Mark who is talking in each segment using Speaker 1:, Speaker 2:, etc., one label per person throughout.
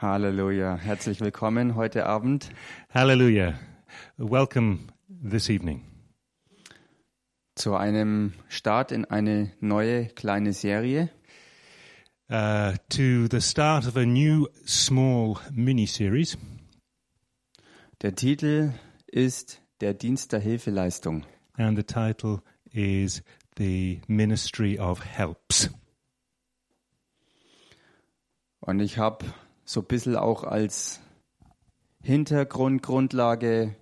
Speaker 1: Halleluja. Herzlich willkommen heute Abend.
Speaker 2: Hallelujah. Welcome this evening.
Speaker 1: zu einem Start in eine neue kleine Serie,
Speaker 2: Uh, to the start of a new small mini series.
Speaker 1: Der Titel ist Der Dienst der Hilfeleistung.
Speaker 2: And the title is The Ministry of Helps.
Speaker 1: Und ich habe so ein bisschen auch als Hintergrundgrundlage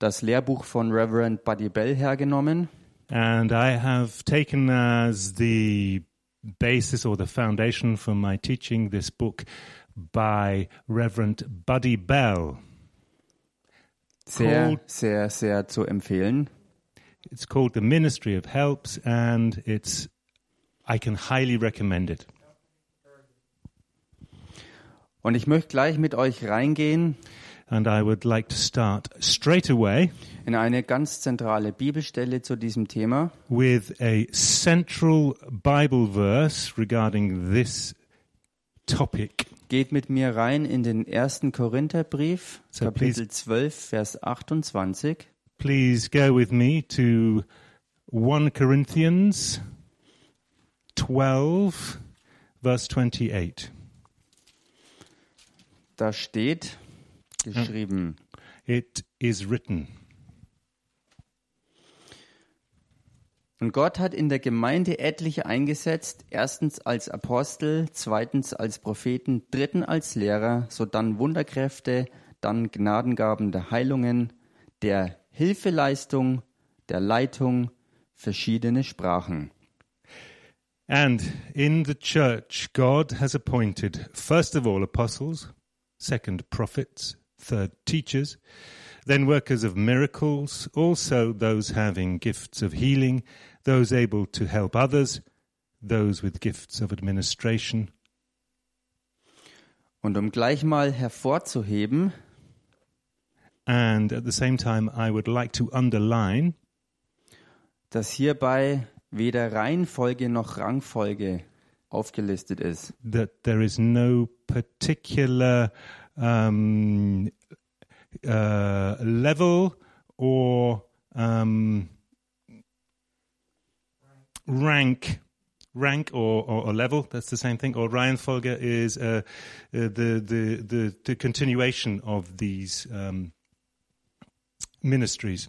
Speaker 1: das Lehrbuch von Reverend Buddy Bell hergenommen.
Speaker 2: And I have taken as the basis or the foundation for my teaching this book by Reverend Buddy Bell.
Speaker 1: Sehr,
Speaker 2: Cool.
Speaker 1: sehr, sehr zu empfehlen.
Speaker 2: It's called The Ministry of Helps, and it's I can highly recommend it.
Speaker 1: Und ich möchte gleich mit euch reingehen
Speaker 2: And I would like to start straight away
Speaker 1: in eine ganz zentrale Bibelstelle zu diesem Thema.
Speaker 2: with a central Bible verse regarding this topic.
Speaker 1: Geht mit mir rein in den ersten Korintherbrief,
Speaker 2: So,
Speaker 1: Kapitel 12, Vers 28.
Speaker 2: Please go with me to 1 Corinthians 12, verse 28.
Speaker 1: Da steht geschrieben,
Speaker 2: It is written,
Speaker 1: und Gott hat in der Gemeinde etliche eingesetzt, erstens als Apostel, zweitens als Propheten, dritten als Lehrer, sodann Wunderkräfte, dann Gnadengaben der Heilungen, der Hilfeleistung, der Leitung, verschiedene Sprachen.
Speaker 2: And in the church, God has appointed, first of all, apostles, second, prophets, third, teachers, then, workers of miracles, also those having gifts of healing, those able to help others, those with gifts of administration.
Speaker 1: Und um gleich mal hervorzuheben,
Speaker 2: And at the same time, I would like to underline
Speaker 1: dass hierbei weder Reihenfolge noch Rangfolge aufgelistet ist.
Speaker 2: that there is no particular um, uh, level or um, rank rank or, or, or level that's the same thing or Reihenfolge is uh, uh, the, the the the continuation of these um, ministries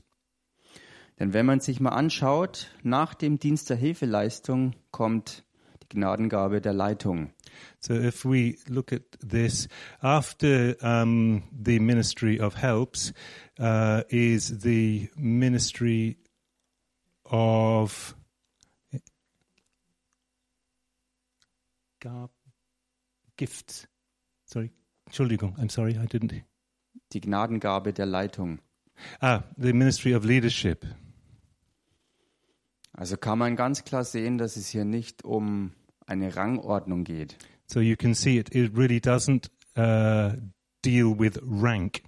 Speaker 1: Denn wenn man sich mal anschaut, nach dem Dienst der Hilfeleistung kommt die Gnadengabe der Leitung.
Speaker 2: So if we look at this, after um, the ministry of helps uh, is the ministry of eh, Gab- gifts. Sorry, Entschuldigung, I'm sorry, I didn't.
Speaker 1: Die Gnadengabe der Leitung.
Speaker 2: Ah, the ministry of leadership.
Speaker 1: Also kann man ganz klar sehen, dass es hier nicht um eine Rangordnung geht.
Speaker 2: So you can see it, it really doesn't uh, deal with rank.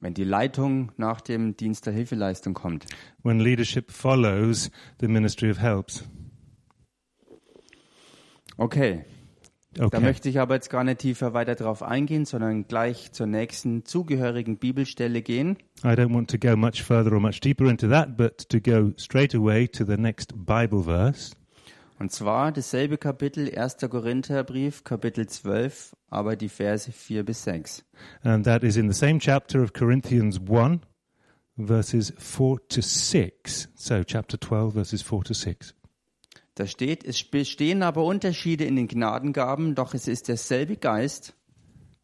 Speaker 1: Wenn die Leitung nach dem Dienst der Hilfeleistung kommt.
Speaker 2: When leadership follows the ministry of helps.
Speaker 1: Okay,
Speaker 2: Okay.
Speaker 1: da möchte ich aber jetzt gar nicht tiefer weiter drauf eingehen, sondern gleich zur nächsten zugehörigen Bibelstelle gehen.
Speaker 2: I don't want to go much further or much deeper into that, but to go straight away to the next Bible verse.
Speaker 1: Und zwar dasselbe Kapitel 1. Korintherbrief, Kapitel 12, aber die Verse 4 bis 6.
Speaker 2: And that is in the same chapter of Corinthians 1, verses 4 to 6. So, chapter 12, verses 4 to 6.
Speaker 1: Da steht, es bestehen aber Unterschiede in den Gnadengaben, doch es ist derselbe Geist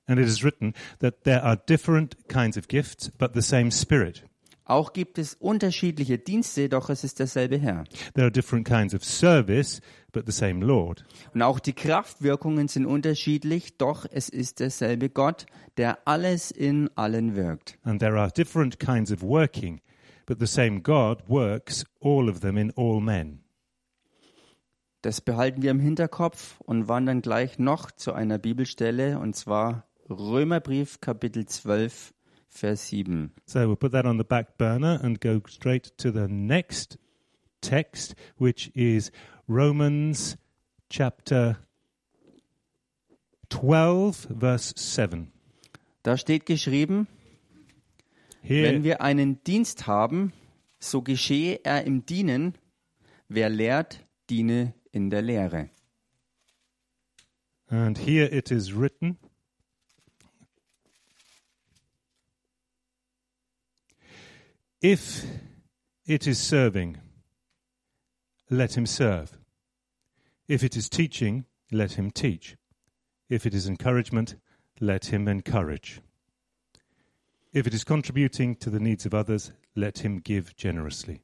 Speaker 2: And it is written that there are different kinds of gifts, but the same Spirit.
Speaker 1: Auch gibt es unterschiedliche Dienste, doch es ist derselbe Herr.
Speaker 2: There are different kinds of service, but the same Lord.
Speaker 1: Und auch die Kraftwirkungen sind unterschiedlich, doch es ist derselbe Gott, der alles in allen wirkt.
Speaker 2: And there are different kinds of working, but the same God works all of them in all men.
Speaker 1: Das behalten wir im Hinterkopf und wandern gleich noch zu einer Bibelstelle, und zwar Römerbrief Kapitel 12, Vers 7.
Speaker 2: So we'll put that on the back burner and go straight to the next text, which is Romans chapter 12, verse 7.
Speaker 1: Da steht geschrieben,
Speaker 2: Here,
Speaker 1: wenn wir einen Dienst haben, so geschehe er im Dienen. Wer lehrt, diene in der Lehre.
Speaker 2: and here it is written If it is serving, let him serve. If it is teaching, let him teach. If it is encouragement, let him encourage. If it is contributing to the needs of others, let him give generously.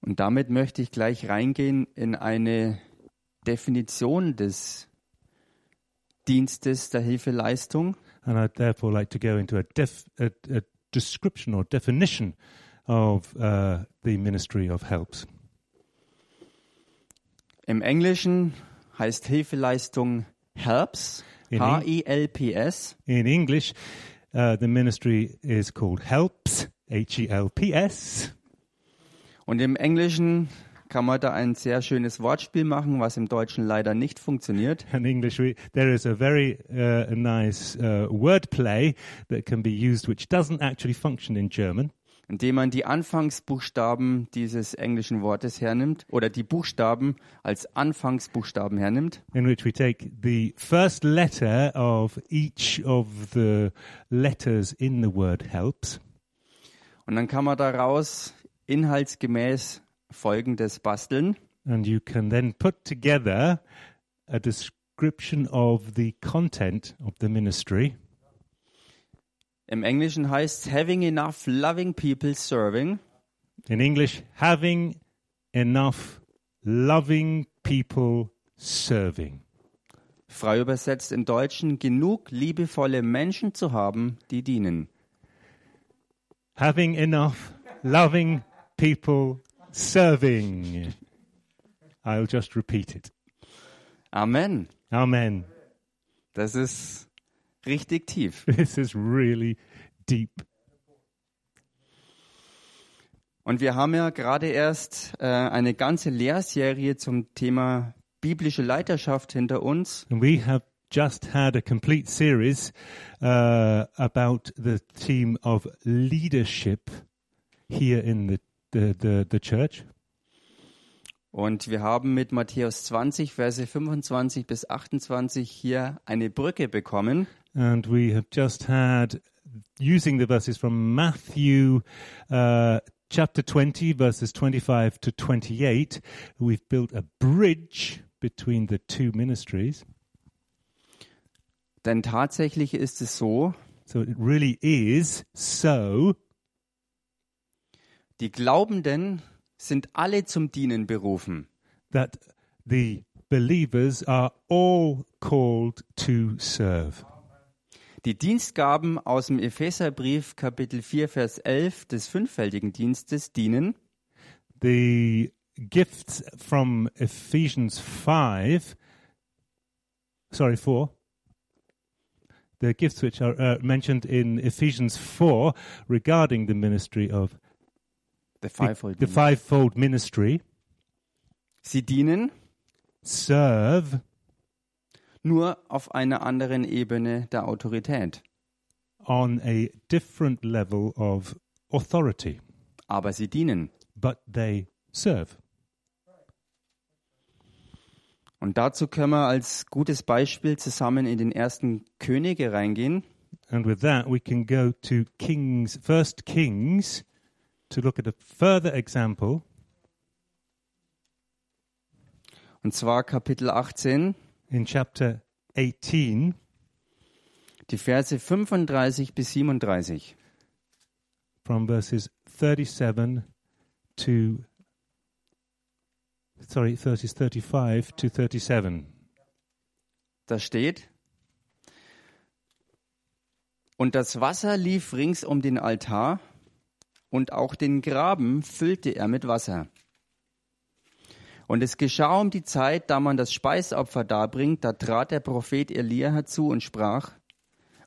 Speaker 1: Und damit möchte ich gleich reingehen in eine Definition des Dienstes der Hilfeleistung.
Speaker 2: And I'd therefore like to go into a, def, a, a description or definition of uh, the ministry of helps.
Speaker 1: Im Englischen heißt Hilfeleistung E Helps,
Speaker 2: In-
Speaker 1: E H-I-L-P-S.
Speaker 2: In English, uh, the ministry is called helps, H E L P S.
Speaker 1: Und im Englischen kann man da ein sehr schönes Wortspiel machen, was im Deutschen leider nicht funktioniert.
Speaker 2: In English, we, there is a very uh, nice uh, word play that can be used, which doesn't actually function in German.
Speaker 1: indem man die Anfangsbuchstaben dieses englischen Wortes hernimmt oder die Buchstaben als Anfangsbuchstaben hernimmt
Speaker 2: in which we take the first letter of each of the letters in the word helps,
Speaker 1: und dann kann man daraus inhaltsgemäß Folgendes basteln.
Speaker 2: and you can then put together a description of the content of the ministry.
Speaker 1: Im Englischen heißt having enough loving people serving
Speaker 2: In English, having enough loving people serving.
Speaker 1: frei übersetzt im Deutschen genug liebevolle Menschen zu haben, die dienen.
Speaker 2: Having enough loving people serving. I'll just repeat it.
Speaker 1: Amen.
Speaker 2: Amen.
Speaker 1: Das ist richtig tief.
Speaker 2: This is really deep.
Speaker 1: Und wir haben ja gerade erst äh, eine ganze Lehrserie zum Thema biblische Leiterschaft hinter uns.
Speaker 2: And we have just had a complete series uh, about the theme of leadership here in the, the, the, the church.
Speaker 1: Und wir haben mit Matthäus 20, Verse 25 bis 28 hier eine Brücke bekommen.
Speaker 2: And we have just had, using the verses from Matthew uh, chapter 20, verses 25 to 28, we've built a bridge between the two ministries.
Speaker 1: Denn tatsächlich ist es so,
Speaker 2: So it really is so
Speaker 1: die Glaubenden sind alle zum Dienen berufen.
Speaker 2: that the believers are all called to serve.
Speaker 1: Die Dienstgaben aus dem Epheserbrief Kapitel 4, Vers 11 des fünffältigen Dienstes dienen.
Speaker 2: The gifts from Ephesians 5, sorry, 4. The gifts which are uh, mentioned in Ephesians 4 regarding the ministry of
Speaker 1: The fivefold
Speaker 2: the
Speaker 1: ministry.
Speaker 2: fivefold ministry
Speaker 1: Sie dienen
Speaker 2: serve
Speaker 1: nur auf einer anderen Ebene der Autorität.
Speaker 2: on a different level of authority,
Speaker 1: aber sie dienen.
Speaker 2: but they serve.
Speaker 1: Und dazu können wir als gutes Beispiel zusammen in den ersten Könige reingehen.
Speaker 2: And with that, we can go to Kings, First Kings, to look at a further example.
Speaker 1: Und zwar Kapitel 18,
Speaker 2: in chapter 18,
Speaker 1: die Verse 35 bis 37.
Speaker 2: from verses 37 to, sorry, verses 35 to 37.
Speaker 1: Da steht, und das Wasser lief rings um den Altar, und auch den Graben füllte er mit Wasser. Und es geschah um die Zeit, da man das Speisopfer darbringt, da trat der Prophet Elia herzu und sprach,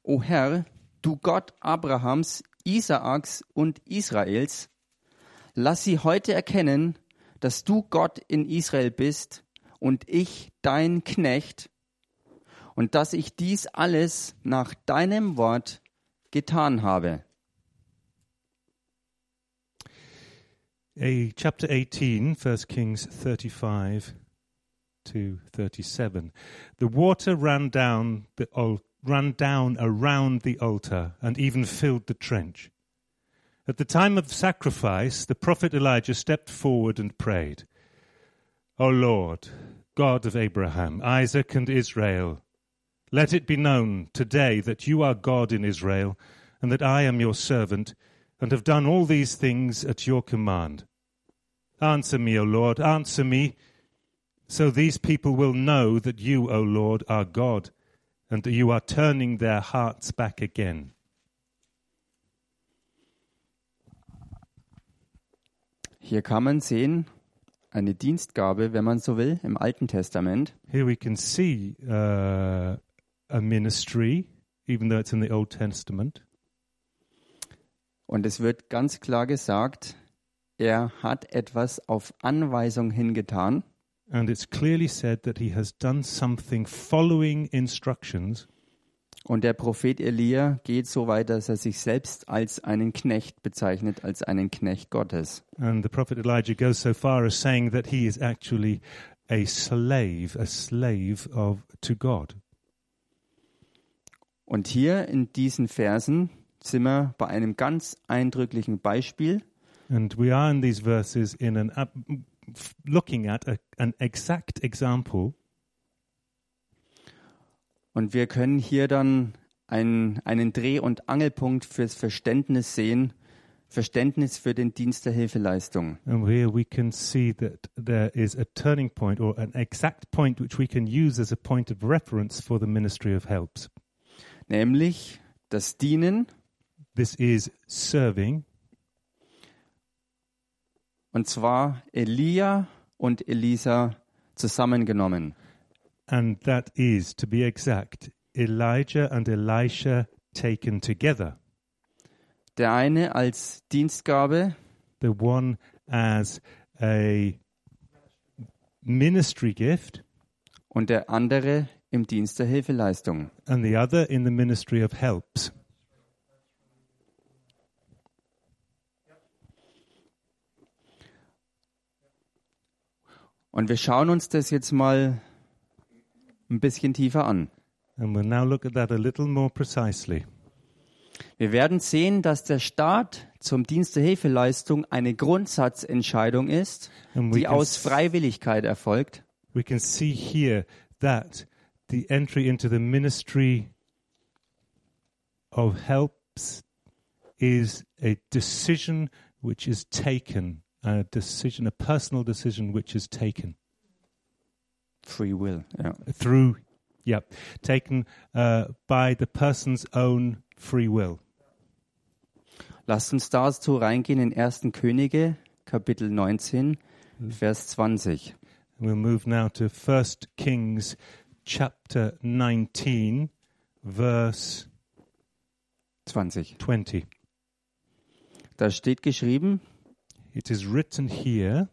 Speaker 1: O Herr, du Gott Abrahams, Isaaks und Israels, lass sie heute erkennen, dass du Gott in Israel bist und ich, dein Knecht, und dass ich dies alles nach deinem Wort getan habe.
Speaker 2: A, chapter 18, 1 Kings 35 to 37. The water ran down the al- ran down around the altar and even filled the trench. At the time of sacrifice, the prophet Elijah stepped forward and prayed, O Lord, God of Abraham, Isaac, and Israel, let it be known today that you are God in Israel, and that I am your servant, and have done all these things at your command. Answer me, O Lord, answer me, so these people will know that you, O Lord, are God, and that you are turning their hearts back again.
Speaker 1: Hier kann man sehen, eine Dienstgabe, wenn man so will, im Alten Testament.
Speaker 2: Here we can see uh, a ministry, even though it's in the Old Testament.
Speaker 1: Und es wird ganz klar gesagt, er hat etwas auf Anweisung hingetan.
Speaker 2: And it's clearly said that he has done something following instructions,
Speaker 1: Und der Prophet Elia geht so weit, dass er sich selbst als einen Knecht bezeichnet, als einen Knecht Gottes.
Speaker 2: and the prophet Elijah goes so far as saying that he is actually a slave, a slave of to God.
Speaker 1: Und hier in diesen Versen sind wir bei einem ganz eindrücklichen Beispiel,
Speaker 2: And we are in these verses in an ab- looking at a, an exact example,
Speaker 1: Und wir können hier dann einen, einen Dreh- und Angelpunkt fürs Verständnis sehen, Verständnis für den Dienst der Hilfeleistung.
Speaker 2: and here we can see that there is a turning point or an exact point which we can use as a point of reference for the ministry of helps.
Speaker 1: Nämlich das Dienen,
Speaker 2: This is serving
Speaker 1: und zwar Elia und Elisa zusammengenommen.
Speaker 2: And that is, to be exact, Elijah and Elisha taken together.
Speaker 1: Der eine als Dienstgabe
Speaker 2: The one as a ministry gift,
Speaker 1: und der andere im Dienst der Hilfeleistung.
Speaker 2: and the other in the ministry of helps.
Speaker 1: Und wir schauen uns das jetzt mal ein bisschen tiefer an.
Speaker 2: And we'll now look at that a little more precisely.
Speaker 1: Wir werden sehen, dass der Staat zum Dienst der Hilfeleistung eine Grundsatzentscheidung ist,
Speaker 2: And we
Speaker 1: die
Speaker 2: can,
Speaker 1: aus Freiwilligkeit erfolgt
Speaker 2: we can see here that the entry into the ministry of helps is a decision which is taken, a decision, a personal decision which is taken.
Speaker 1: Free Will. Ja.
Speaker 2: through, yeah, taken uh, by the person's own free will.
Speaker 1: Lasst uns dazu reingehen in 1. Könige, Kapitel 19, Vers 20.
Speaker 2: And we'll move now to 1 Kings chapter 19, verse
Speaker 1: 20.
Speaker 2: 20.
Speaker 1: Da steht geschrieben,
Speaker 2: It is written here.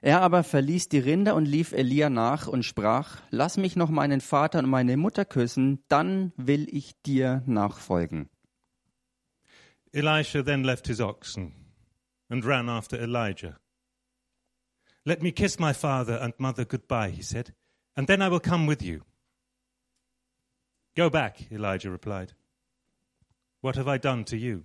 Speaker 1: er aber verließ die Rinder und lief Elia nach und sprach, lass mich noch meinen Vater und meine Mutter küssen, dann will ich dir nachfolgen.
Speaker 2: Elisha then left his oxen and ran after Elijah. Let me kiss my father and mother goodbye, he said, and then I will come with you. Go back, Elijah replied. What have I done to you?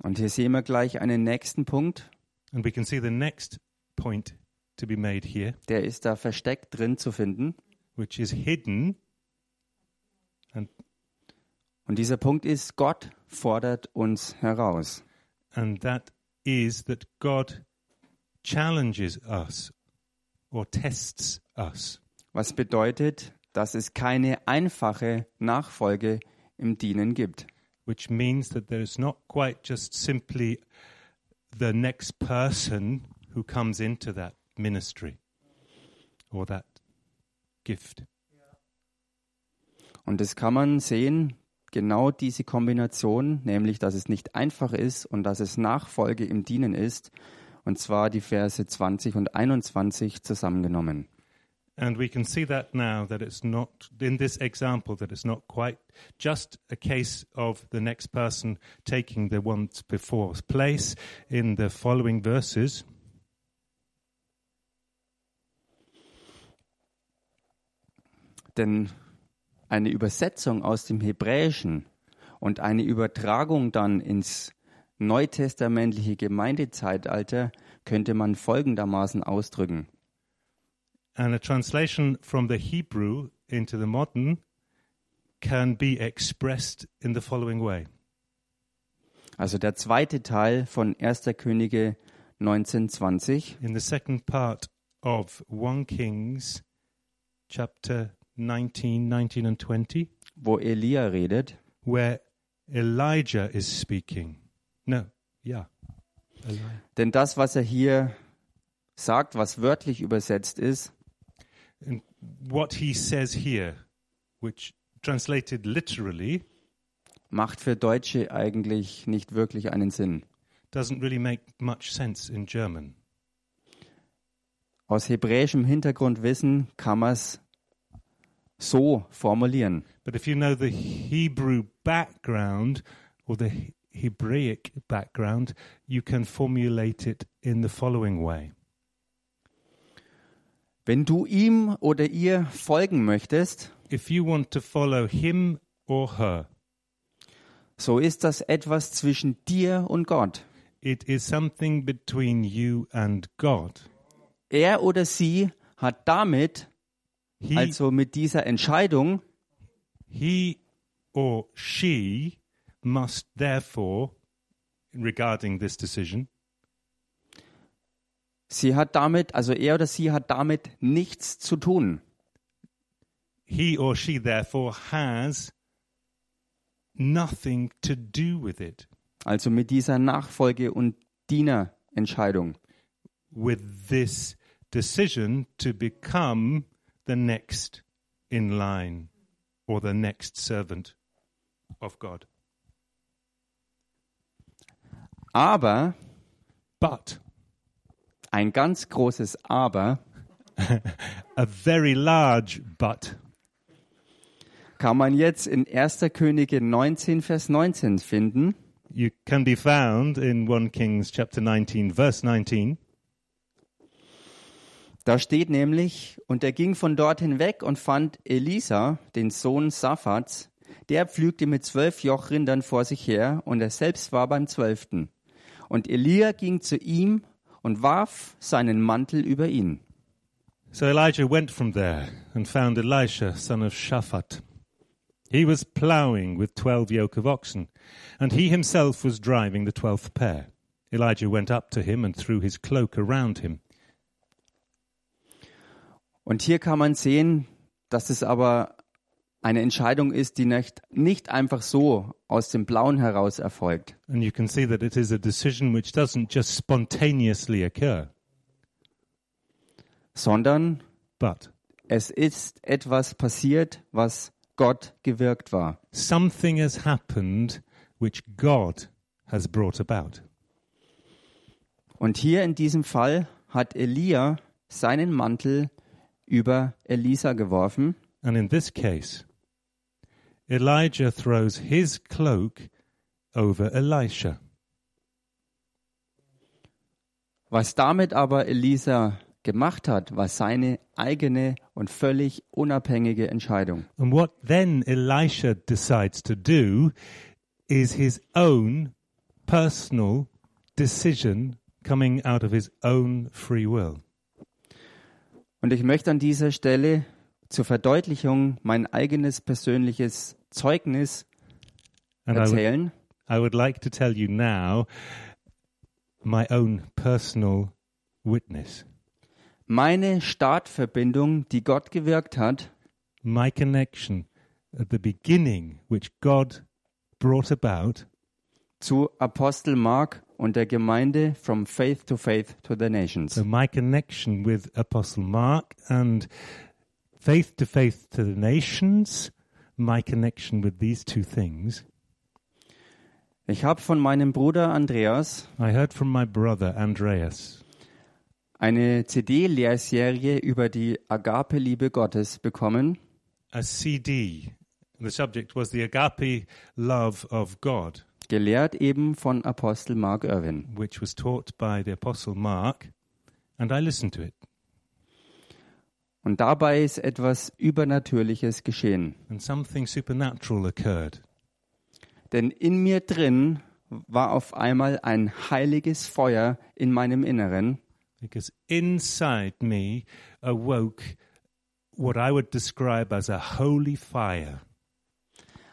Speaker 1: Und hier sehen wir gleich einen nächsten Punkt,
Speaker 2: And we can see the next point to be made here,
Speaker 1: der ist da versteckt drin zu finden.
Speaker 2: which is hidden. And,
Speaker 1: Und dieser Punkt ist, Gott fordert uns heraus.
Speaker 2: and that is that God challenges us or tests us.
Speaker 1: Was bedeutet, dass es keine einfache Nachfolge im Dienen gibt.
Speaker 2: which means that there's not quite just simply the next person who comes into that ministry or that gift.
Speaker 1: Und das kann man sehen genau diese Kombination, nämlich dass es nicht einfach ist und dass es Nachfolge im Dienen ist, und zwar die Verse 20 und 21 zusammengenommen.
Speaker 2: And we can see that now that it's not, in this example, that it's not quite just a case of the next person taking the once before place. In the following verses,
Speaker 1: Denn eine Übersetzung aus dem Hebräischen und eine Übertragung dann ins neutestamentliche Gemeindezeitalter könnte man folgendermaßen ausdrücken.
Speaker 2: and a translation from the Hebrew into the modern can be expressed in the following way.
Speaker 1: Also der zweite Teil von 1. Könige 1920
Speaker 2: In the second part of 1 Kings, chapter 19, 19, and 20,
Speaker 1: wo Elia redet,
Speaker 2: where Elijah is speaking. No, yeah. Eli-
Speaker 1: denn das, was er hier sagt, was wörtlich übersetzt ist,
Speaker 2: And what he says here, which translated literally,
Speaker 1: macht für Deutsche eigentlich nicht wirklich einen Sinn.
Speaker 2: doesn't really make much sense in German.
Speaker 1: Aus hebräischem Hintergrundwissen kann man es so formulieren.
Speaker 2: But if you know the Hebrew background or the He- Hebraic background, you can formulate it in the following way
Speaker 1: Wenn du ihm oder ihr folgen möchtest,
Speaker 2: If you want to follow him or her,
Speaker 1: so ist das etwas zwischen dir und Gott.
Speaker 2: it is something between you and God.
Speaker 1: Er oder sie hat damit,
Speaker 2: He,
Speaker 1: also mit dieser Entscheidung,
Speaker 2: he or she must therefore, regarding this decision,
Speaker 1: sie hat damit, also er oder sie hat damit nichts zu tun.
Speaker 2: he or she therefore has nothing to do with it.
Speaker 1: Also mit dieser Nachfolge- und Dienerentscheidung.
Speaker 2: with this decision to become the next in line or the next servant of God.
Speaker 1: Aber,
Speaker 2: But
Speaker 1: ein ganz großes Aber,
Speaker 2: a very large but
Speaker 1: kann man jetzt in 1. Könige 19, Vers 19 finden.
Speaker 2: you can be found in 1 Kings chapter 19 verse 19
Speaker 1: Da steht nämlich, und er ging von dort hinweg und fand Elisa, den Sohn Safats, der pflügte mit zwölf Jochrindern vor sich her, und er selbst war beim zwölften. Und Elia ging zu ihm und warf seinen Mantel über ihn.
Speaker 2: So Elijah went from there and found Elisha, son of Shaphat. He was ploughing with twelve yoke of oxen, and he himself was driving the twelfth pair. Elijah went up to him and threw his cloak around him.
Speaker 1: Und hier kann man sehen, dass es aber eine Entscheidung ist, die nicht, nicht einfach so aus dem Blauen heraus erfolgt.
Speaker 2: And you can see that it is a decision which doesn't just spontaneously occur,
Speaker 1: sondern
Speaker 2: but
Speaker 1: es ist etwas passiert, was Gott gewirkt war.
Speaker 2: something has happened which God has brought about.
Speaker 1: Und hier in diesem Fall hat Elia seinen Mantel über Elisa geworfen
Speaker 2: And in this case, Elijah throws his cloak over Elisha.
Speaker 1: Was damit aber Elisa gemacht hat, war seine eigene und völlig unabhängige Entscheidung.
Speaker 2: And what then Elisha decides to do is his own personal decision coming out of his own free will.
Speaker 1: Und ich möchte an dieser Stelle zur Verdeutlichung mein eigenes persönliches Zeugnis
Speaker 2: And I would,
Speaker 1: erzählen.
Speaker 2: I would like to tell you now my own personal witness,
Speaker 1: Meine Startverbindung, die Gott gewirkt hat,
Speaker 2: my connection at the beginning, which God brought about
Speaker 1: zu Apostel Mark und der Gemeinde From Faith to Faith to the Nations.
Speaker 2: So my connection with Apostle Mark and faith to faith to the nations, my connection with these two things,
Speaker 1: Ich habe von meinem Bruder Andreas
Speaker 2: I heard from my brother Andreas
Speaker 1: eine CD-Lehrserie über die Agape-Liebe Gottes bekommen.
Speaker 2: a CD. The subject was the agape love of God,
Speaker 1: gelehrt eben von Apostel Mark Irwin.
Speaker 2: which was taught by the Apostle Mark, and I listened to it.
Speaker 1: Und dabei ist etwas Übernatürliches geschehen.
Speaker 2: And something supernatural occurred.
Speaker 1: Denn in mir drin war auf einmal ein heiliges Feuer in meinem Inneren,
Speaker 2: because inside me awoke what I would describe as a holy fire,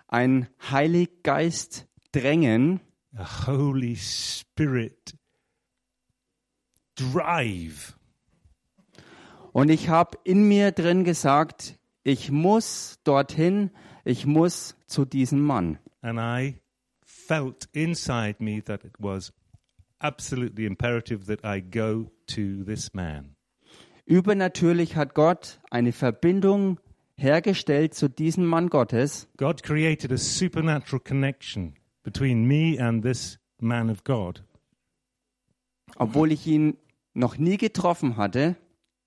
Speaker 1: ein Heiliggeist drängen,
Speaker 2: a Holy Spirit drive.
Speaker 1: und ich habe in mir drin gesagt, ich muss dorthin, ich muss zu diesem Mann.
Speaker 2: And I felt inside me that it was absolutely imperative that I go to this man.
Speaker 1: Übernatürlich hat Gott eine Verbindung hergestellt zu diesem Mann Gottes
Speaker 2: God created a supernatural connection between me and this man of God,
Speaker 1: obwohl ich ihn noch nie getroffen hatte.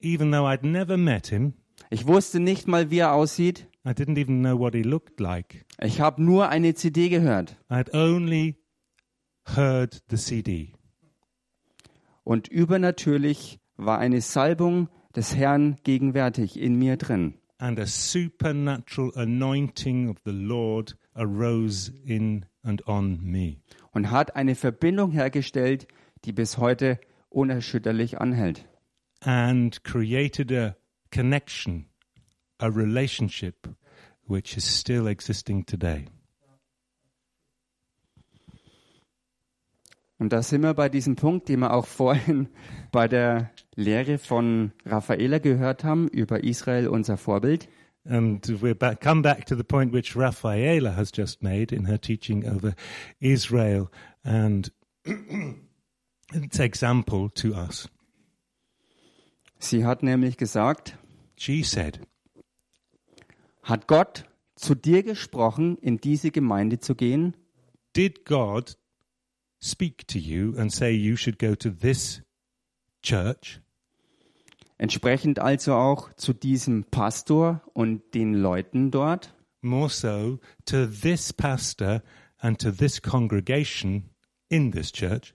Speaker 2: even though I'd never met him.
Speaker 1: Ich wusste nicht mal, wie er aussieht.
Speaker 2: I didn't even know what he looked like.
Speaker 1: Ich habe nur eine CD gehört.
Speaker 2: I had only heard the CD,
Speaker 1: Und übernatürlich war eine Salbung des Herrn gegenwärtig in mir drin.
Speaker 2: and a supernatural anointing of the Lord arose in and on me.
Speaker 1: Und hat eine Verbindung hergestellt, die bis heute unerschütterlich anhält.
Speaker 2: and created a connection, a relationship which is still existing today.
Speaker 1: Und da sind wir bei diesem Punkt, den wir auch vorhin bei der Lehre von Raffaela gehört haben, über Israel unser Vorbild.
Speaker 2: And we back, come back to the point which Raffaella has just made in her teaching over Israel and its example to us.
Speaker 1: Sie hat nämlich gesagt,
Speaker 2: She said,
Speaker 1: hat Gott zu dir gesprochen, in diese Gemeinde zu gehen?
Speaker 2: Did God speak to you and say you should go to this church?
Speaker 1: Entsprechend also auch zu diesem Pastor und den Leuten dort.
Speaker 2: more so to this pastor and to this congregation in this church?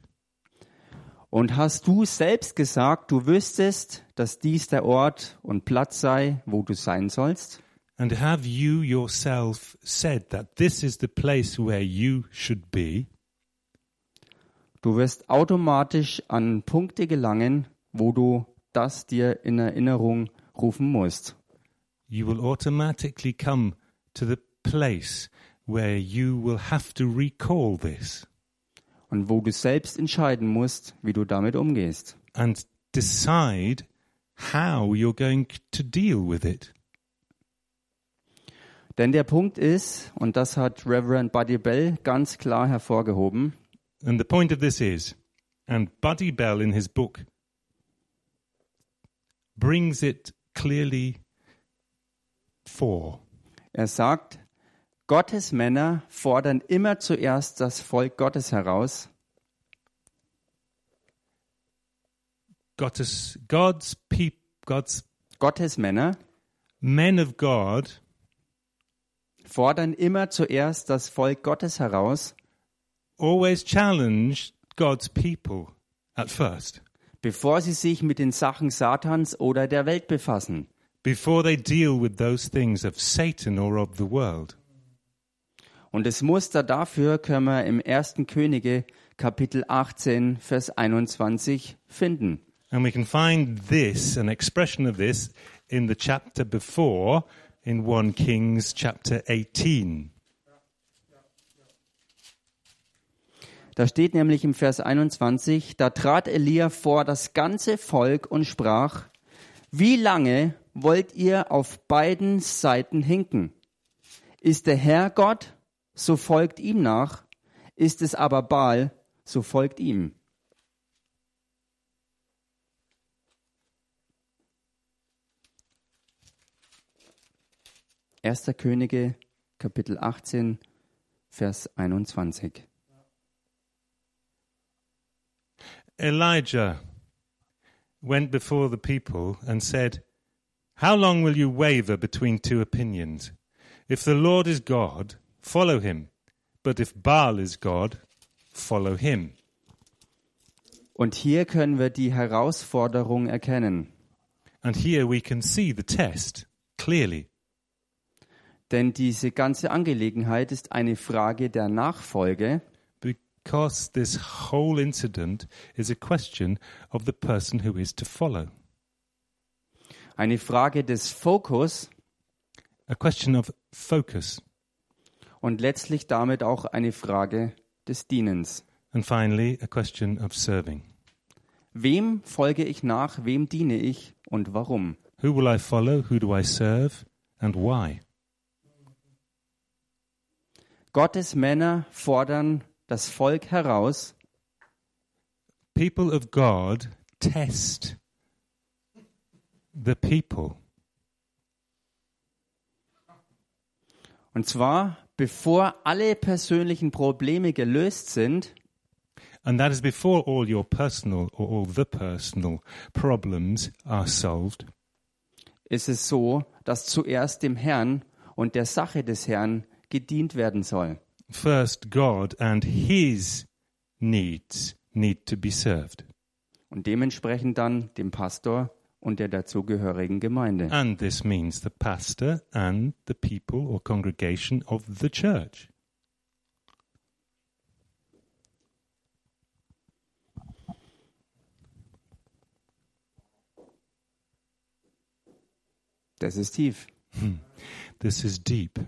Speaker 1: Und hast du selbst gesagt, du wüsstest, dass dies der Ort und Platz sei, wo du sein sollst?
Speaker 2: And have you yourself said that this is the place where you should be?
Speaker 1: Du wirst automatisch an Punkte gelangen, wo du das dir in Erinnerung rufen musst.
Speaker 2: You will automatically come to the place where you will have to recall this
Speaker 1: Und wo du selbst entscheiden musst, wie du damit umgehst.
Speaker 2: and decide how you're going to deal with it.
Speaker 1: Denn der Punkt ist, und das hat Reverend Buddy Bell ganz klar hervorgehoben,
Speaker 2: And the point of this is, and Buddy Bell in his book brings it clearly for
Speaker 1: Er sagt, Gottes Männer fordern immer zuerst das Volk Gottes heraus,
Speaker 2: God's, God's peop, God's
Speaker 1: Gottes Männer
Speaker 2: men of God
Speaker 1: fordern immer zuerst das Volk Gottes heraus,
Speaker 2: always challenge God's people at first
Speaker 1: bevor sie sich mit den Sachen Satans oder der Welt befassen.
Speaker 2: before they deal with those things of Satan or of the world.
Speaker 1: Und das Muster dafür können wir im 1. Könige Kapitel 18 Vers 21 finden.
Speaker 2: And we can find this, an expression of this, in the chapter before, in 1 Kings chapter 18.
Speaker 1: Da steht nämlich im Vers 21, da trat Elia vor das ganze Volk und sprach, wie lange wollt ihr auf beiden Seiten hinken? Ist der Herr Gott, so folgt ihm nach, ist es aber Baal, so folgt ihm. Erster Könige, Kapitel 18, Vers 21.
Speaker 2: Elijah went before the people and said, How long will you waver between two opinions? If the Lord is God, follow him. But if Baal is God, follow him.
Speaker 1: Und hier können wir die Herausforderung erkennen.
Speaker 2: And here we can see the test clearly,
Speaker 1: Denn diese ganze Angelegenheit ist eine Frage der Nachfolge
Speaker 2: because this whole incident is a question of the person who is to follow,
Speaker 1: eine Frage des Fokus
Speaker 2: a question of focus,
Speaker 1: und letztlich damit auch eine Frage des Dienens.
Speaker 2: and finally, a question of serving.
Speaker 1: Wem folge ich nach, wem diene ich und warum?
Speaker 2: Who will I follow? Who do I serve? And why?
Speaker 1: Gottes Männer fordern das Volk heraus,
Speaker 2: People of God test the people.
Speaker 1: und zwar bevor alle persönlichen Probleme gelöst sind
Speaker 2: And that is before all your personal or all the personal problems are solved.
Speaker 1: ist es so, dass zuerst dem Herrn und der Sache des Herrn gedient werden soll.
Speaker 2: First, God and His needs need to be served,
Speaker 1: Und dementsprechend dann dem Pastor und der dazugehörigen Gemeinde.
Speaker 2: and this means the pastor and the people or congregation of the church.
Speaker 1: Das ist tief.
Speaker 2: This is deep,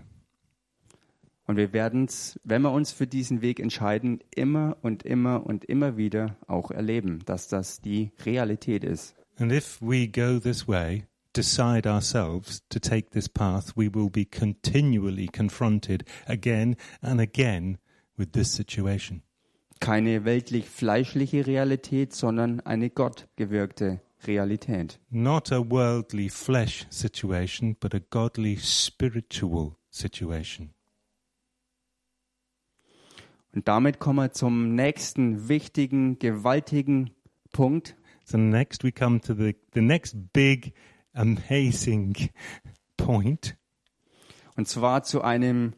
Speaker 1: Und wir werden es, wenn wir uns für diesen Weg entscheiden, immer und immer und immer wieder auch erleben, dass das die Realität ist.
Speaker 2: and if we go this way, decide ourselves to take this path, we will be continually confronted again and again with this situation.
Speaker 1: Keine weltlich-fleischliche Realität, sondern eine gottgewirkte Realität.
Speaker 2: not a worldly flesh situation, but a godly spiritual situation.
Speaker 1: Und damit kommen wir zum nächsten wichtigen, gewaltigen Punkt,
Speaker 2: So next we come to the, the next big, amazing point,
Speaker 1: Und zwar zu einem,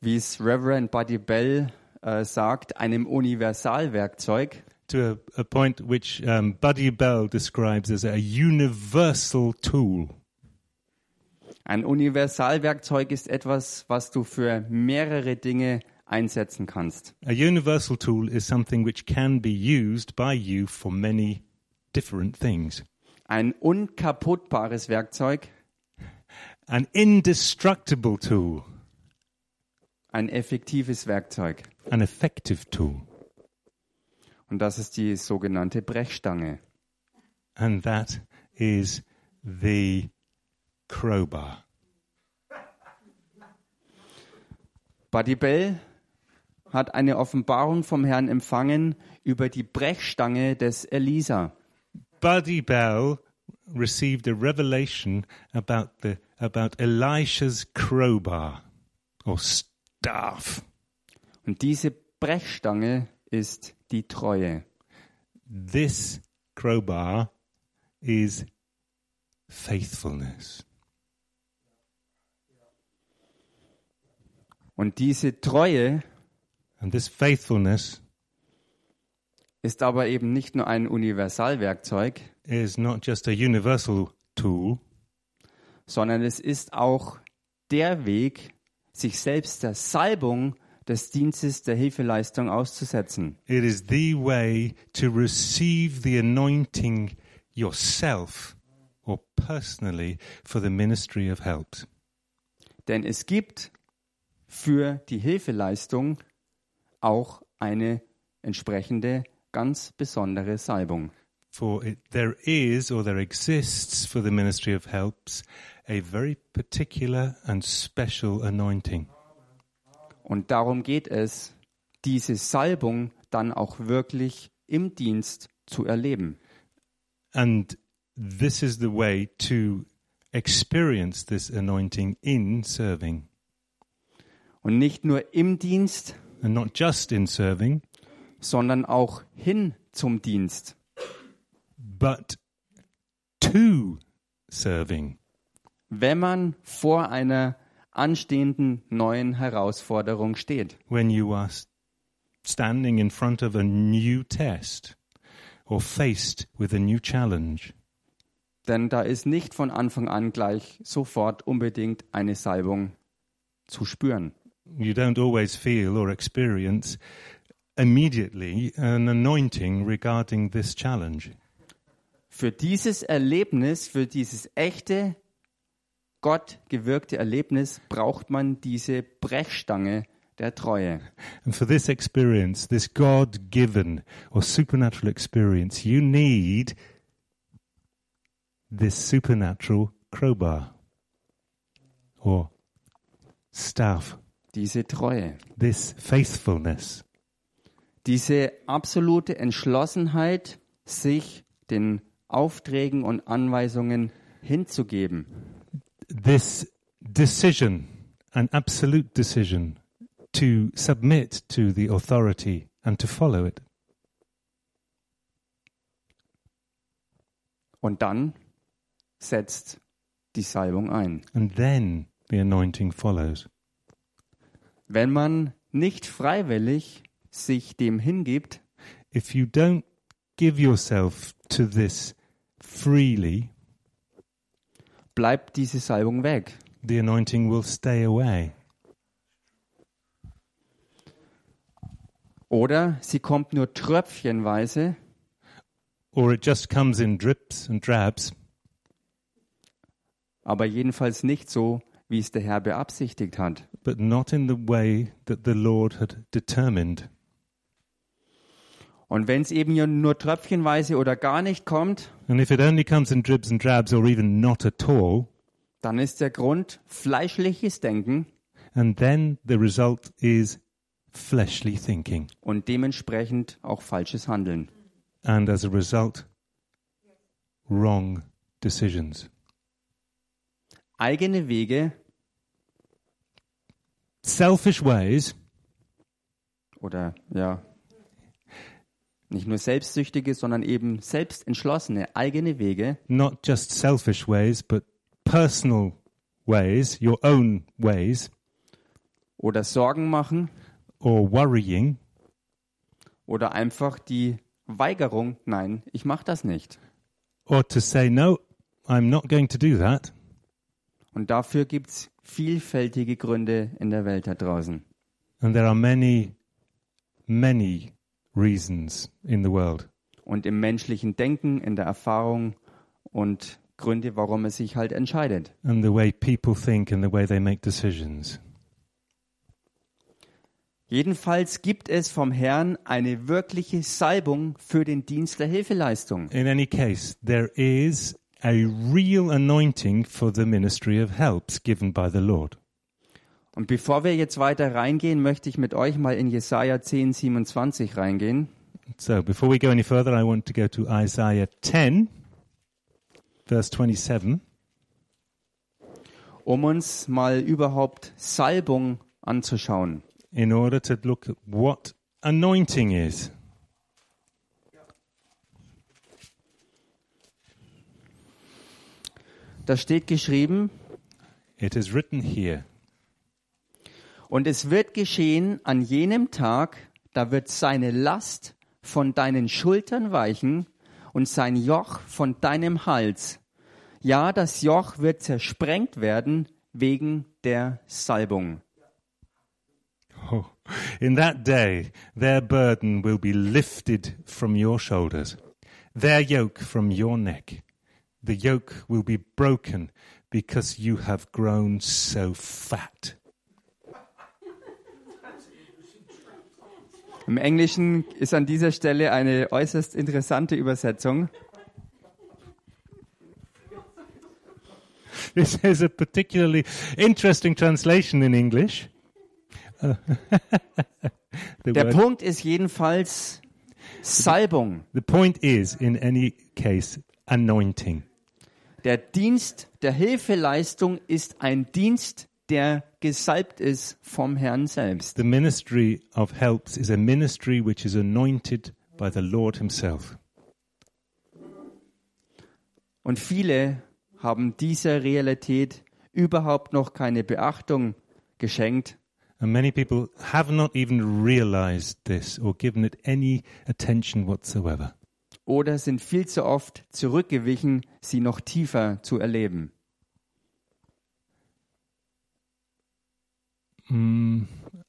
Speaker 1: wie es Reverend Buddy Bell äh, sagt, einem Universalwerkzeug.
Speaker 2: to a, a point which um, Buddy Bell describes as a universal tool.
Speaker 1: Ein Universalwerkzeug ist etwas, was du für mehrere Dinge einsetzen kannst.
Speaker 2: A universal tool is something which can be used by you for many different things.
Speaker 1: Ein unkaputtbares Werkzeug,
Speaker 2: An indestructible tool,
Speaker 1: ein effektives Werkzeug.
Speaker 2: an effective tool,
Speaker 1: Und das ist die sogenannte Brechstange.
Speaker 2: and that is the crowbar.
Speaker 1: Buddy Bell hat eine Offenbarung vom Herrn empfangen über die Brechstange des Elisa.
Speaker 2: Buddy Bell received a revelation about the about Elisha's crowbar or staff.
Speaker 1: Und diese Brechstange ist die Treue.
Speaker 2: This crowbar is faithfulness.
Speaker 1: Und diese Treue
Speaker 2: And this faithfulness
Speaker 1: ist aber eben nicht nur ein Universalwerkzeug,
Speaker 2: is not just a universal tool,
Speaker 1: sondern es ist auch der Weg, sich selbst der Salbung des Dienstes der Hilfeleistung auszusetzen.
Speaker 2: it is the way to receive the anointing yourself or personally for the ministry of helps.
Speaker 1: Denn es gibt für die Hilfeleistung auch eine entsprechende ganz besondere Salbung.
Speaker 2: For it, there is, or there exists for the ministry of helps, a very particular and special anointing.
Speaker 1: Und darum geht es, diese Salbung dann auch wirklich im Dienst zu erleben.
Speaker 2: And this is the way to experience this anointing in serving.
Speaker 1: Und nicht nur im Dienst,
Speaker 2: and not just in serving,
Speaker 1: sondern auch hin zum Dienst.
Speaker 2: but to serving.
Speaker 1: Wenn man vor einer anstehenden neuen Herausforderung steht,
Speaker 2: When you are s- standing in front of a new test or faced with a new challenge,
Speaker 1: denn da ist nicht von Anfang an gleich sofort unbedingt eine Salbung zu spüren.
Speaker 2: you don't always feel or experience immediately an anointing regarding this challenge.
Speaker 1: Für dieses Erlebnis, für dieses echte, Gott gewirkte Erlebnis braucht man diese Brechstange der Treue.
Speaker 2: And for this experience, this God given or supernatural experience, you need this supernatural crowbar or staff,
Speaker 1: Diese Treue.
Speaker 2: this faithfulness.
Speaker 1: diese absolute Entschlossenheit, sich den Aufträgen und Anweisungen hinzugeben,
Speaker 2: this decision, an absolute decision, to submit to the authority and to follow it.
Speaker 1: und dann setzt die Salbung ein.
Speaker 2: And then the anointing follows.
Speaker 1: Wenn man nicht freiwillig sich dem hingibt,
Speaker 2: If you don't give yourself to this freely,
Speaker 1: bleibt diese Salbung weg.
Speaker 2: the anointing will stay away
Speaker 1: Oder sie kommt nur tröpfchenweise
Speaker 2: or it just comes in drips and drabs,
Speaker 1: aber jedenfalls nicht so, wie es der Herr beabsichtigt hat.
Speaker 2: but not in the way that the Lord had determined.
Speaker 1: Und wenn es eben nur tröpfchenweise oder gar nicht kommt,
Speaker 2: And if it only comes in dribs and drabs or even not at all,
Speaker 1: dann ist der Grund fleischliches Denken
Speaker 2: and then the result is fleshly thinking.
Speaker 1: und dementsprechend auch falsches Handeln.
Speaker 2: and as a result, wrong decisions.
Speaker 1: Eigene Wege
Speaker 2: Selfish ways,
Speaker 1: oder ja, nicht nur selbstsüchtige, sondern eben selbstentschlossene eigene Wege
Speaker 2: not just selfish ways, but personal ways, your own ways,
Speaker 1: oder Sorgen machen
Speaker 2: or worrying,
Speaker 1: oder einfach die Weigerung, nein, ich mache das nicht.
Speaker 2: or to say, no, I'm not going to do that.
Speaker 1: Und dafür gibt's vielfältige Gründe in der Welt da draußen.
Speaker 2: And there are many, many reasons in the world.
Speaker 1: Und im menschlichen Denken, in der Erfahrung und Gründe, warum es sich halt entscheidet.
Speaker 2: And the way people think and the way they make decisions.
Speaker 1: Jedenfalls gibt es vom Herrn eine wirkliche Salbung für den Dienst der Hilfeleistung.
Speaker 2: In any case, there is a real anointing for the ministry of helps given by the Lord.
Speaker 1: Und bevor wir jetzt weiter reingehen, möchte ich mit euch mal in Jesaja 10, 27 reingehen.
Speaker 2: So before we go any further, I want to go to Isaiah 10, verse 27.
Speaker 1: um uns mal überhaupt Salbung anzuschauen.
Speaker 2: in order to look at what anointing is.
Speaker 1: Da steht geschrieben,
Speaker 2: It is written here,
Speaker 1: und es wird geschehen an jenem Tag, da wird seine Last von deinen Schultern weichen und sein Joch von deinem Hals. Ja, das Joch wird zersprengt werden wegen der Salbung.
Speaker 2: oh, In that day, their burden will be lifted from your shoulders, their yoke from your neck. The yoke will be broken because you have grown so fat.
Speaker 1: Im Englischen ist an dieser Stelle eine äußerst interessante Übersetzung.
Speaker 2: This is a particularly interesting translation in English. Uh, the
Speaker 1: Der
Speaker 2: word-
Speaker 1: Punkt ist jedenfalls Salbung,
Speaker 2: The point is, in any case, anointing.
Speaker 1: Der Dienst der Hilfeleistung ist ein Dienst der gesalbt ist vom Herrn selbst.
Speaker 2: The ministry of helps is a ministry which is anointed by the Lord Himself.
Speaker 1: Und viele haben dieser Realität überhaupt noch keine Beachtung geschenkt.
Speaker 2: And many people have not even realized this or given it any attention whatsoever.
Speaker 1: oder sind viel zu oft zurückgewichen, sie noch tiefer zu erleben.
Speaker 2: Mm,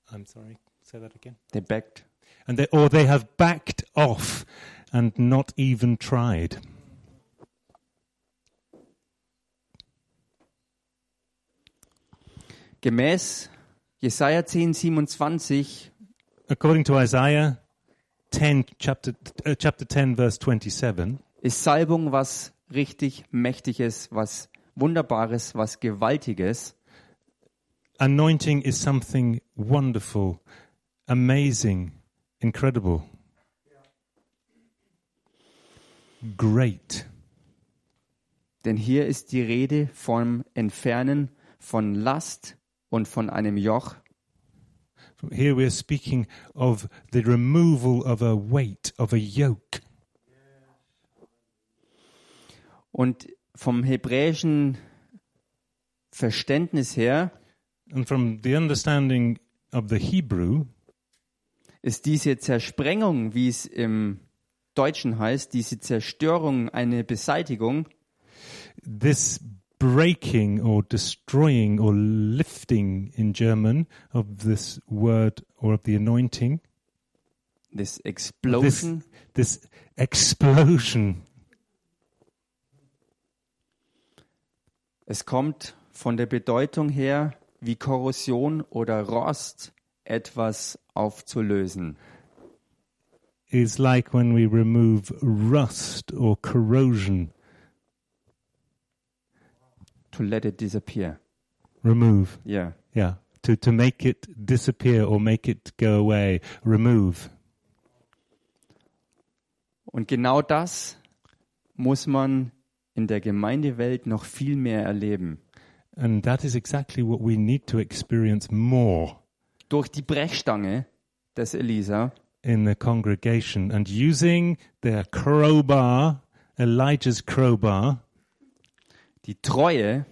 Speaker 2: I'm sorry, say that again.
Speaker 1: They begged.
Speaker 2: And they, or they have backed off and not even tried.
Speaker 1: Gemäß Jesaja 10, 27
Speaker 2: According to Isaiah 10, chapter, uh, chapter 10, verse 27,
Speaker 1: ist Salbung was richtig Mächtiges, was Wunderbares, was Gewaltiges.
Speaker 2: anointing is something wonderful, amazing, incredible, great.
Speaker 1: Denn hier ist die Rede vom Entfernen von Last und von einem Joch.
Speaker 2: Here we are speaking of the removal of a weight, of a yoke.
Speaker 1: Und vom hebräischen Verständnis her
Speaker 2: And from the understanding of the Hebrew,
Speaker 1: ist diese Zersprengung, wie es im Deutschen heißt, diese Zerstörung eine Beseitigung.
Speaker 2: this breaking or destroying or lifting in German of this word or of the anointing,
Speaker 1: This
Speaker 2: this,
Speaker 1: Explosion
Speaker 2: this explosion
Speaker 1: Es kommt von der Bedeutung her, wie Korrosion oder Rost etwas aufzulösen.
Speaker 2: is like when we remove rust or corrosion,
Speaker 1: To let it disappear.
Speaker 2: remove,
Speaker 1: Yeah.
Speaker 2: yeah, to, to make it disappear or make it go away, remove.
Speaker 1: Und genau das muss man in der Gemeindewelt noch viel mehr erleben.
Speaker 2: And that is exactly what we need to experience more
Speaker 1: Durch die Brechstange des Elisa
Speaker 2: in the congregation. And using their crowbar, Elijah's crowbar
Speaker 1: die Treue,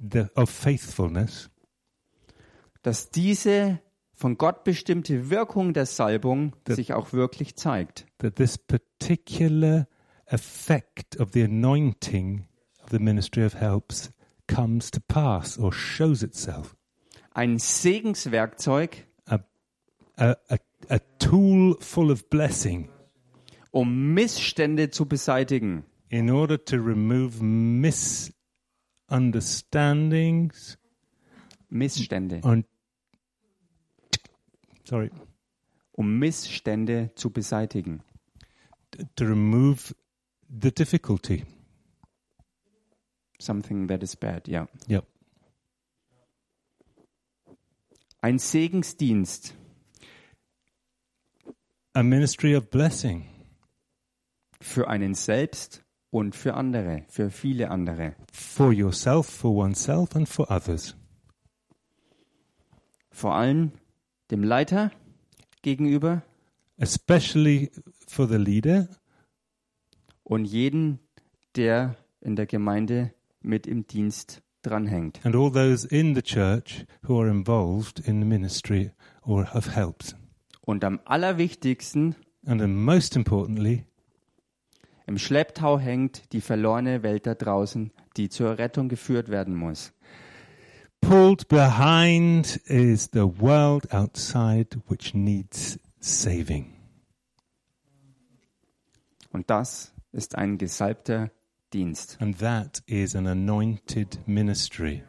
Speaker 2: the, of faithfulness,
Speaker 1: dass diese von Gott bestimmte Wirkung der Salbung
Speaker 2: Das-
Speaker 1: sich auch wirklich zeigt.
Speaker 2: that this particular effect of the anointing of the ministry of helps comes to pass or shows itself.
Speaker 1: Ein Segenswerkzeug,
Speaker 2: A, a, a tool full of blessing
Speaker 1: um Missstände zu beseitigen.
Speaker 2: in order to remove misunderstandings
Speaker 1: Missstände.
Speaker 2: and sorry
Speaker 1: um Missstände zu beseitigen.
Speaker 2: to remove the difficulty.
Speaker 1: Something that is bad, ja.
Speaker 2: Yep.
Speaker 1: Ein Segensdienst
Speaker 2: A ministry of blessing
Speaker 1: für einen selbst und für andere, für viele andere.
Speaker 2: for yourself, for oneself, and for others.
Speaker 1: Vor allem dem Leiter gegenüber
Speaker 2: especially for the leader
Speaker 1: und jeden, der in der Gemeinde mit im Dienst dranhängt.
Speaker 2: and all those in the church who are involved in the ministry or have helped.
Speaker 1: Und am allerwichtigsten,
Speaker 2: And then most importantly,
Speaker 1: im Schlepptau hängt die verlorene Welt da draußen, die zur Rettung geführt werden muss.
Speaker 2: pulled behind is the world outside which needs saving.
Speaker 1: Und das ist ein gesalbter Dienst.
Speaker 2: And that is an anointed ministry.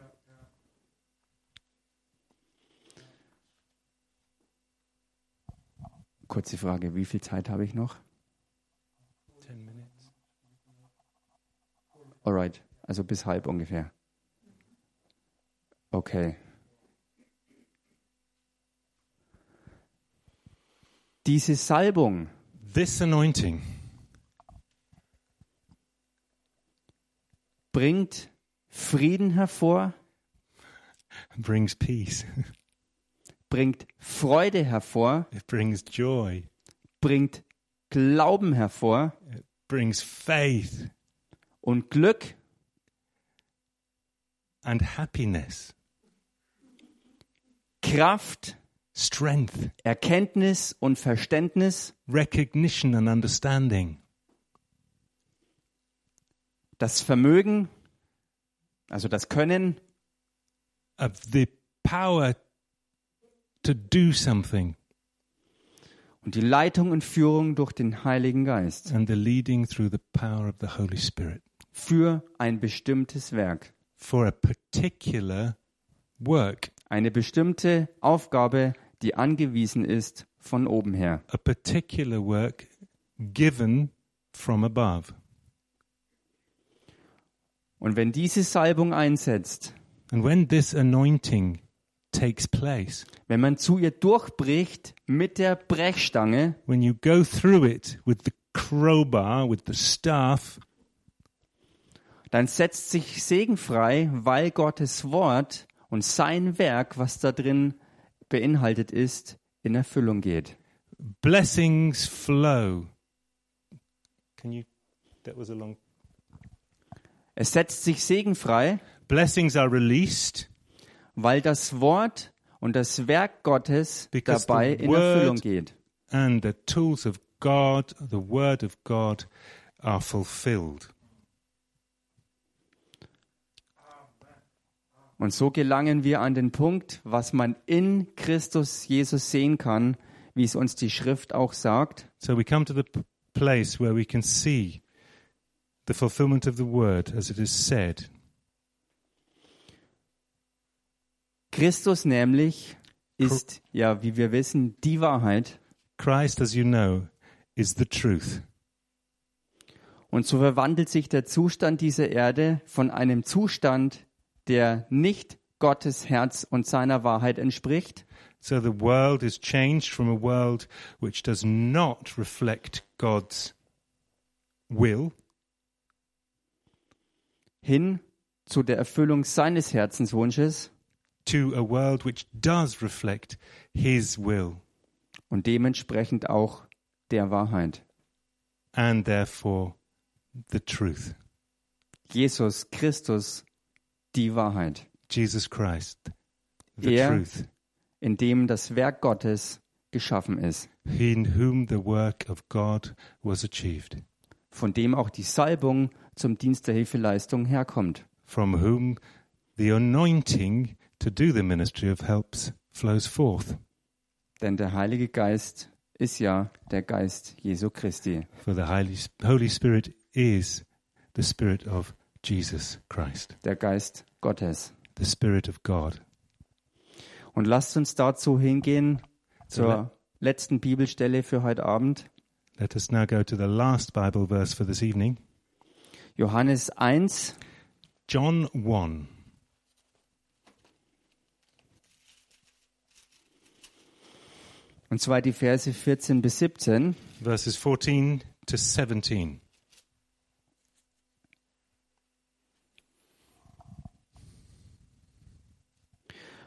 Speaker 1: Kurze Frage, wie viel Zeit habe ich noch?
Speaker 2: Ten minutes.
Speaker 1: Alright, also bis halb ungefähr. Okay. Diese Salbung
Speaker 2: This anointing
Speaker 1: bringt Frieden hervor,
Speaker 2: brings peace,
Speaker 1: bringt Freude hervor,
Speaker 2: it brings joy,
Speaker 1: bringt Glauben hervor
Speaker 2: brings faith
Speaker 1: und Glück
Speaker 2: and happiness,
Speaker 1: Kraft,
Speaker 2: strength,
Speaker 1: Erkenntnis und Verständnis,
Speaker 2: recognition and understanding,
Speaker 1: das Vermögen, also das Können,
Speaker 2: of the power to do something
Speaker 1: und die Leitung und Führung durch den Heiligen Geist
Speaker 2: and the leading through the power of the Holy Spirit
Speaker 1: für ein bestimmtes Werk,
Speaker 2: for a particular work,
Speaker 1: eine bestimmte Aufgabe, die angewiesen ist von oben her,
Speaker 2: a particular work given from above.
Speaker 1: Und wenn diese Salbung einsetzt,
Speaker 2: And when this anointing takes place,
Speaker 1: wenn man zu ihr durchbricht mit der Brechstange,
Speaker 2: when you go through it with the crowbar, with the staff,
Speaker 1: dann setzt sich Segen frei, weil Gottes Wort und sein Werk, was da drin beinhaltet ist, in Erfüllung geht.
Speaker 2: blessings flow. Can you? That was a long.
Speaker 1: Es setzt sich Segen frei,
Speaker 2: Blessings are released
Speaker 1: weil das Wort und das Werk Gottes
Speaker 2: Because the
Speaker 1: dabei in
Speaker 2: word-
Speaker 1: Erfüllung geht.
Speaker 2: and the tools of God, the word of God, are fulfilled.
Speaker 1: Und so gelangen wir an den Punkt, was man in Christus Jesus sehen kann, wie es uns die Schrift auch sagt.
Speaker 2: So we come to the p- place where we can see the fulfillment of the word as it is said.
Speaker 1: Christus nämlich ist, ja, wie wir wissen, die Wahrheit.
Speaker 2: Christ, as you know, is the truth.
Speaker 1: Und so verwandelt sich der Zustand dieser Erde von einem Zustand, der nicht Gottes Herz und seiner Wahrheit entspricht,
Speaker 2: So the world is changed from a world which does not reflect God's will
Speaker 1: hin zu der Erfüllung seines Herzenswunsches
Speaker 2: to a world which does reflect His will
Speaker 1: und dementsprechend auch der Wahrheit.
Speaker 2: and therefore the truth.
Speaker 1: Jesus Christus, die Wahrheit,
Speaker 2: Jesus Christ, the
Speaker 1: Yeah.
Speaker 2: truth,
Speaker 1: in dem das Werk Gottes geschaffen ist,
Speaker 2: in whom the work of God was achieved,
Speaker 1: von dem auch die Salbung zum Dienst der Hilfeleistung herkommt.
Speaker 2: from whom the anointing to do the ministry of helps flows forth.
Speaker 1: Denn der Heilige Geist ist ja der Geist Jesu Christi.
Speaker 2: For the Holy- Holy Spirit is the Spirit of Jesus Christ.
Speaker 1: der Geist Gottes.
Speaker 2: the Spirit of God.
Speaker 1: Und lasst uns dazu hingehen
Speaker 2: So
Speaker 1: zur letzten Bibelstelle für heute Abend.
Speaker 2: let us now go to the last Bible verse for this evening
Speaker 1: Johannes 1,
Speaker 2: John 1.
Speaker 1: und zwar die Verse 14 bis 17.
Speaker 2: verses 14 to 17.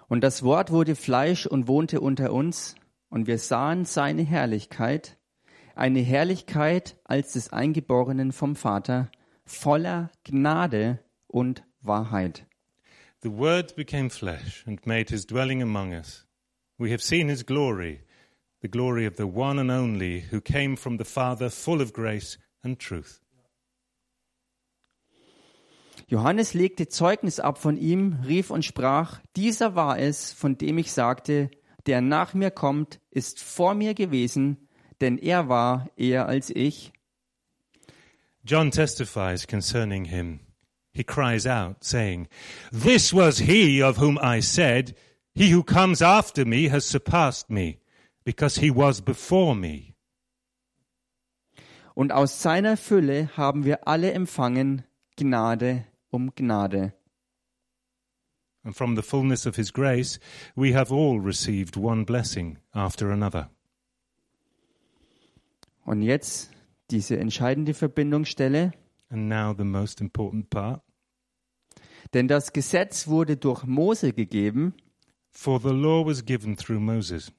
Speaker 1: Und das Wort wurde Fleisch und wohnte unter uns, und wir sahen seine Herrlichkeit, eine Herrlichkeit als des Eingeborenen vom Vater, voller Gnade und Wahrheit.
Speaker 2: The Word became flesh and made his dwelling among us. We have seen his glory, the glory of the one and only who came from the Father, full of grace and truth.
Speaker 1: Johannes legte Zeugnis ab von ihm, rief und sprach, dieser war es, von dem ich sagte, der nach mir kommt, ist vor mir gewesen, denn er war eher als ich.
Speaker 2: John testifies concerning him. He cries out, saying, This was he of whom I said, He who comes after me has surpassed me, because he was before me.
Speaker 1: Und aus seiner Fülle haben wir alle empfangen, Gnade um Gnade.
Speaker 2: And from the fullness of his grace, we have all received one blessing after another.
Speaker 1: Und jetzt diese entscheidende Verbindungsstelle.
Speaker 2: And now the most important part.
Speaker 1: Denn das Gesetz wurde durch Mose gegeben,
Speaker 2: For the law was given through Moses.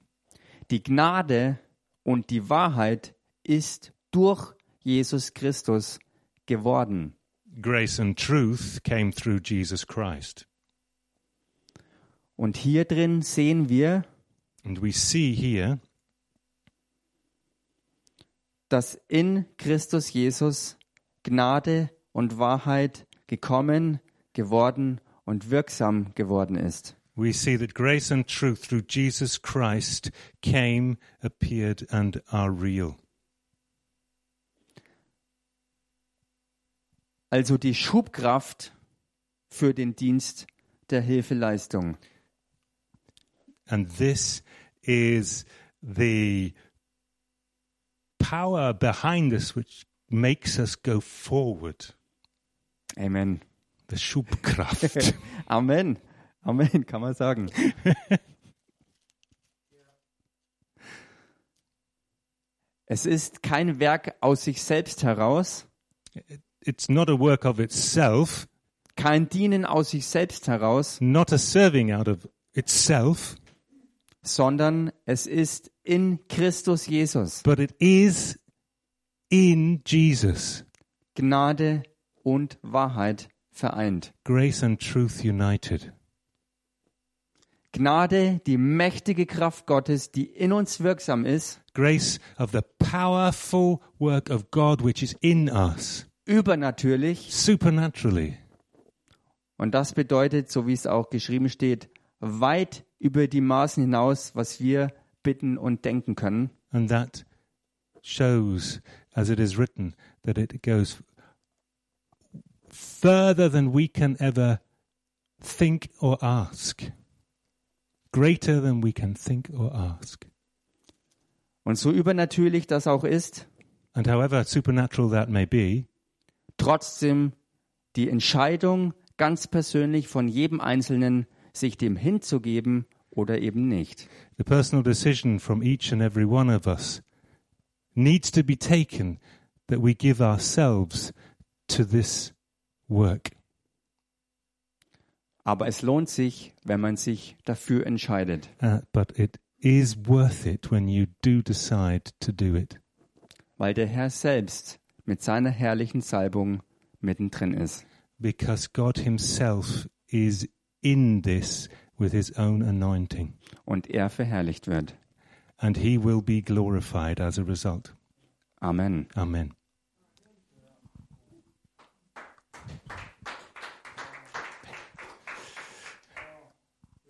Speaker 1: die Gnade und die Wahrheit ist durch Jesus Christus geworden.
Speaker 2: Grace and truth came through Jesus Christ.
Speaker 1: Und hier drin sehen wir,
Speaker 2: And we see here
Speaker 1: dass in Christus Jesus Gnade und Wahrheit gekommen, geworden und wirksam geworden ist.
Speaker 2: we see that grace and truth through Jesus Christ came, appeared, and are real.
Speaker 1: Also die Schubkraft für den Dienst der Hilfeleistung.
Speaker 2: And this is the power behind us which makes us go forward.
Speaker 1: Amen.
Speaker 2: The Schubkraft.
Speaker 1: Amen. Amen, kann man sagen. es ist kein Werk aus sich selbst heraus,
Speaker 2: it's not a work of itself,
Speaker 1: kein Dienen aus sich selbst heraus,
Speaker 2: not a serving out of itself,
Speaker 1: sondern es ist in Christus Jesus
Speaker 2: but it is in Jesus.
Speaker 1: Gnade und Wahrheit vereint.
Speaker 2: Grace and truth united.
Speaker 1: Gnade, die mächtige Kraft Gottes, die in uns wirksam ist,
Speaker 2: Grace of the powerful work of God which is in us,
Speaker 1: übernatürlich.
Speaker 2: supernaturally,
Speaker 1: Und das bedeutet, so wie es auch geschrieben steht, weit über die Maßen hinaus, was wir bitten und denken können.
Speaker 2: and that shows, as it is written, that it goes further than we can ever think or ask, greater than we can think or ask.
Speaker 1: Und so übernatürlich das auch ist,
Speaker 2: And however supernatural that may be,
Speaker 1: trotzdem die Entscheidung ganz persönlich von jedem Einzelnen, sich dem hinzugeben oder eben nicht.
Speaker 2: the personal decision from each and every one of us needs to be taken that we give ourselves to this work.
Speaker 1: Aber es lohnt sich, wenn man sich dafür entscheidet.
Speaker 2: Uh, but it is worth it when you do decide to do it,
Speaker 1: weil der Herr selbst mit seiner herrlichen Salbung mittendrin ist.
Speaker 2: because God Himself is in this with His own anointing,
Speaker 1: Und er verherrlicht wird.
Speaker 2: and He will be glorified as a result.
Speaker 1: Amen.
Speaker 2: Amen.